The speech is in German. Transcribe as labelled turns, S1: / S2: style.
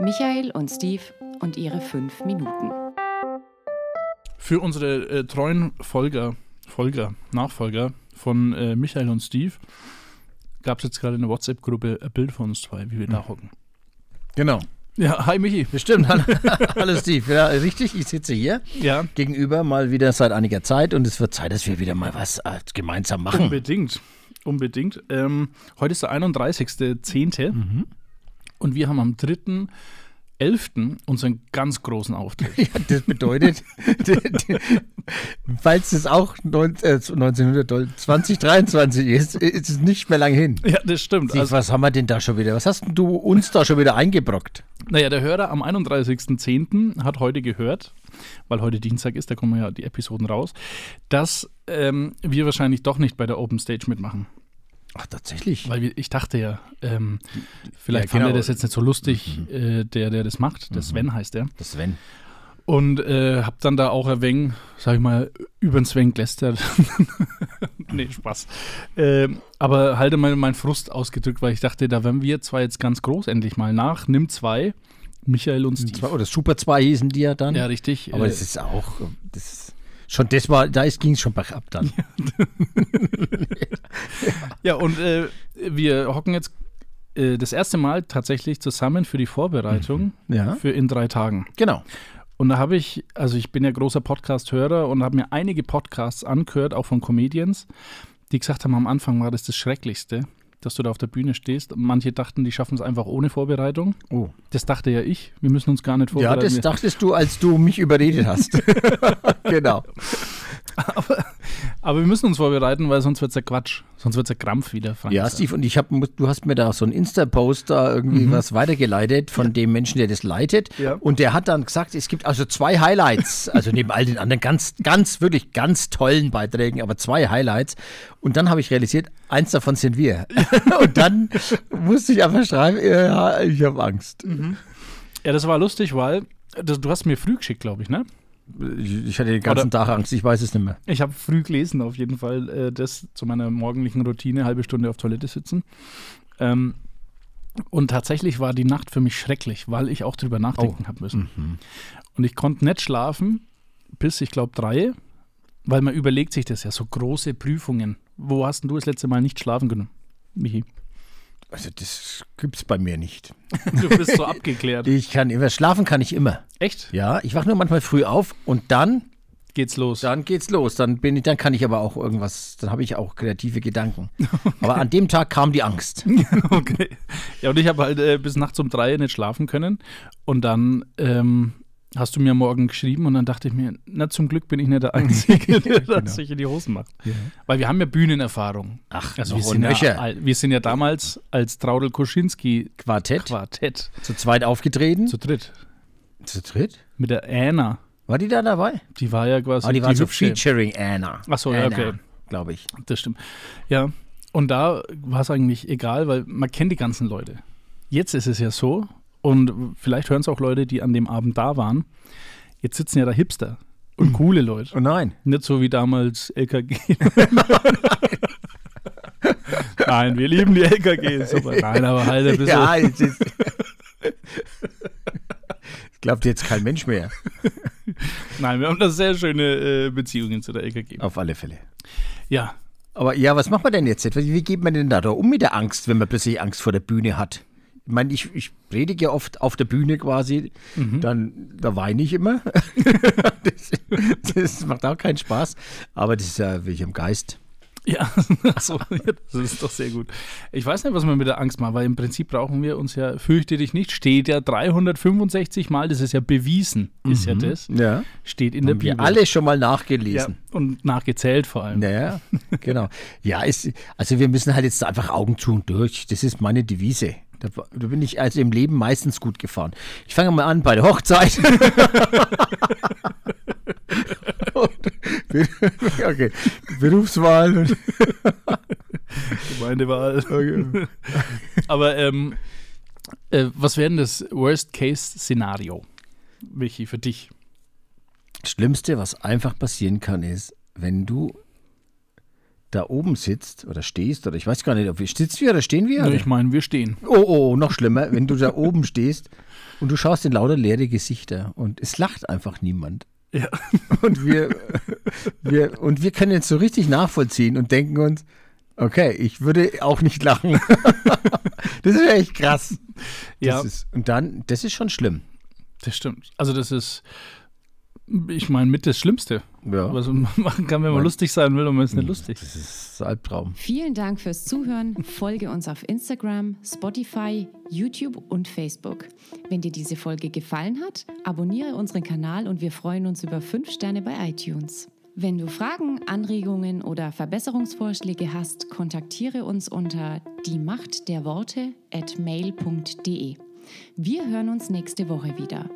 S1: Michael und Steve und ihre fünf Minuten.
S2: Für unsere äh, treuen Folger, Folger, Nachfolger von äh, Michael und Steve gab es jetzt gerade in der WhatsApp-Gruppe ein Bild von uns zwei, wie wir da hocken.
S3: Genau.
S2: Ja, hi Michi.
S3: Bestimmt. Hallo Steve. Ja, richtig. Ich sitze hier
S2: Ja,
S3: gegenüber mal wieder seit einiger Zeit und es wird Zeit, dass wir wieder mal was äh, gemeinsam machen.
S2: unbedingt. Unbedingt. Ähm, heute ist der 31.10. und wir haben am 3.11. unseren ganz großen Auftritt.
S3: Ja, das bedeutet, falls es auch neun- äh, 1900, doll- 2023 ist, ist es nicht mehr lange hin.
S2: Ja, das stimmt. Also
S3: Steve, was haben wir denn da schon wieder? Was hast denn du uns da schon wieder eingebrockt?
S2: Naja, der Hörer am 31.10. hat heute gehört, weil heute Dienstag ist, da kommen ja die Episoden raus, dass ähm, wir wahrscheinlich doch nicht bei der Open Stage mitmachen.
S3: Ach, tatsächlich.
S2: Weil wir, ich dachte ja, ähm, vielleicht
S3: Ja,
S2: fand er
S3: genau. Mhm.
S2: das jetzt nicht so lustig, äh, der, der das macht, der Sven heißt er.
S3: Das Sven.
S2: Und äh, hab dann da auch ein wenig, sag ich mal, über den Sven gelästert. nee, Spaß. Ähm, aber halte mal meinen Frust ausgedrückt, weil ich dachte, da werden wir zwar jetzt ganz groß endlich mal nach, nimm zwei, Michael und Steve.
S3: Zwei, oder Super 2 hießen die ja dann.
S2: Ja, richtig.
S3: Hm. Aber
S2: äh,
S3: das ist auch, äh, das ist schon das war, da ging es schon bergab dann.
S2: Ja, und äh, wir hocken jetzt äh, das erste Mal tatsächlich zusammen für die Vorbereitung
S3: Mhm. Ja,
S2: für in drei Tagen.
S3: genau.
S2: Und da habe ich, also ich bin ja großer Podcast-Hörer und habe mir einige Podcasts angehört, auch von Comedians, die gesagt haben, am Anfang war das das Schrecklichste, dass du da auf der Bühne stehst. Manche dachten, die schaffen es einfach ohne Vorbereitung.
S3: Oh.
S2: Das dachte ja ich. Wir müssen uns gar nicht
S3: Ja,
S2: vorbereiten.
S3: das dachtest du, als du mich überredet hast. genau.
S2: Aber wir müssen uns vorbereiten, weil sonst wird es ja Quatsch. Sonst wird es ja Krampf wieder. Frank.
S3: Ja, Steve, und ich hab, du hast mir da so einen Insta-Post da irgendwie was weitergeleitet von dem Menschen, der das leitet.
S2: Mhm. Ja.
S3: Und der hat dann gesagt, es gibt also zwei Highlights, also neben all den anderen ganz, ganz, wirklich ganz tollen Beiträgen, aber zwei Highlights. Und dann habe ich realisiert, eins davon sind wir. und dann musste ich einfach schreiben, ja, ich habe Angst.
S2: Mhm. ja, das war lustig, weil das, du hast mir früh geschickt, glaube ich, ne?
S3: Ich ich hatte den ganzen Tag Angst, ich weiß es nicht mehr.
S2: Ich habe früh gelesen, auf jeden Fall, äh, das zu meiner morgendlichen Routine, halbe Stunde auf Toilette sitzen. Ähm, und tatsächlich war die Nacht für mich schrecklich, weil ich auch drüber nachdenken habe müssen. Und ich konnte nicht schlafen bis, ich glaube, drei, weil man überlegt sich das ja, so große Prüfungen. Wo hast denn du das letzte Mal nicht schlafen können, Michi?
S3: Also das gibt's bei mir nicht.
S2: Du bist so abgeklärt.
S3: Ich kann immer, schlafen kann ich immer.
S2: Echt?
S3: Ja, ich wach nur manchmal früh auf und dann,
S2: Geht's los.
S3: dann geht's los. Dann bin ich, dann kann ich aber auch irgendwas, dann habe ich auch kreative Gedanken. Aber an dem Tag kam die Angst.
S2: Okay. Ja, und ich habe halt äh, bis nachts um drei nicht schlafen können. Und dann ähm, hast du mir morgen geschrieben und dann dachte ich mir, na zum Glück bin ich nicht der Einzige, der das sich in die Hosen macht. Weil wir haben ja Bühnenerfahrung.
S3: Ach,
S2: Also
S3: noch
S2: wir sind,
S3: und nöcher.
S2: ja, al- wir sind ja damals als Traudel Kuschinski
S3: Quartett,
S2: Quartett
S3: zu zweit aufgetreten.
S2: zu dritt
S3: zu dritt?
S2: mit der Anna.
S3: War die da dabei?
S2: Die war ja quasi
S3: ah, die, war so
S2: hübsche.
S3: featuring Anna.
S2: Ach so, ja,
S3: Anna,
S2: okay.
S3: Glaube ich.
S2: Das stimmt. Ja, und da war es eigentlich egal, weil man kennt die ganzen Leute. Jetzt ist es ja so, und vielleicht hören es auch Leute, die an dem Abend da waren. Jetzt sitzen ja da Hipster und coole Leute.
S3: Oh nein.
S2: Nicht so wie damals LKG. Nein, wir lieben die LKG. Super. Nein, aber halt ein bisschen.
S3: Ja, es ist. Das Glaubt jetzt kein Mensch mehr.
S2: Nein, wir haben da sehr schöne äh, Beziehungen zu der LKG.
S3: Auf alle Fälle.
S2: Ja,
S3: Aber ja, was macht man denn jetzt? Wie wie geht man denn da da um mit der Angst, wenn man plötzlich Angst vor der Bühne hat? Ich meine, ich, ich predige ja oft auf der Bühne quasi, dann da weine ich immer. das, das macht auch keinen Spaß. Aber das ist ja wirklich im Geist.
S2: Ja, so, ja, das ist doch sehr gut. Ich weiß nicht, was man mit der Angst macht, weil im Prinzip brauchen wir uns ja, fürchte dich nicht, steht ja 365 Mal, das ist ja bewiesen, ist ja das,
S3: Mhm. Ja.
S2: steht in der
S3: Haben
S2: Bibel.
S3: wir alle schon mal
S2: ja,
S3: nachgelesen.
S2: und nachgezählt vor allem.
S3: Naja, genau. Ja, ist, also wir müssen halt jetzt einfach Augen zu und durch. Das ist meine Devise. Da, da bin ich also im Leben meistens gut gefahren. Ich fange mal an bei der Hochzeit. Und- okay. Berufswahl. und-
S2: Gemeindewahl.
S3: Okay.
S2: Aber ähm, äh, was wäre denn das Worst-Case-Szenario, Michi, für dich?
S3: Das Schlimmste, was einfach passieren kann, ist, wenn du da oben sitzt oder stehst oder ich weiß gar nicht, ob wir sitzen wir oder stehen wir?
S2: Ich meine, wir stehen.
S3: Oh, oh, noch schlimmer, wenn du da oben stehst Und du schaust in lauter leere Gesichter und es lacht einfach niemand.
S2: Ja.
S3: Und wir, wir, und wir können jetzt so richtig nachvollziehen und denken uns, okay, ich würde auch nicht lachen. das ist echt krass. Das
S2: Ja,
S3: ist, und dann, das ist schon schlimm.
S2: das stimmt. Also das ist, ich meine, mit das Schlimmste,
S3: Ja.
S2: was man machen kann, wenn man
S3: Mein-
S2: lustig sein will und man ist nicht lustig.
S3: Das ist ein Albtraum.
S1: Vielen Dank fürs Zuhören. Folge uns auf Instagram, Spotify, YouTube und Facebook. Wenn dir diese Folge gefallen hat, abonniere unseren Kanal und wir freuen uns über 5 Sterne bei iTunes. Wenn du Fragen, Anregungen oder Verbesserungsvorschläge hast, kontaktiere uns unter die E. Macht der Worte at mail.de. Wir hören uns nächste Woche wieder.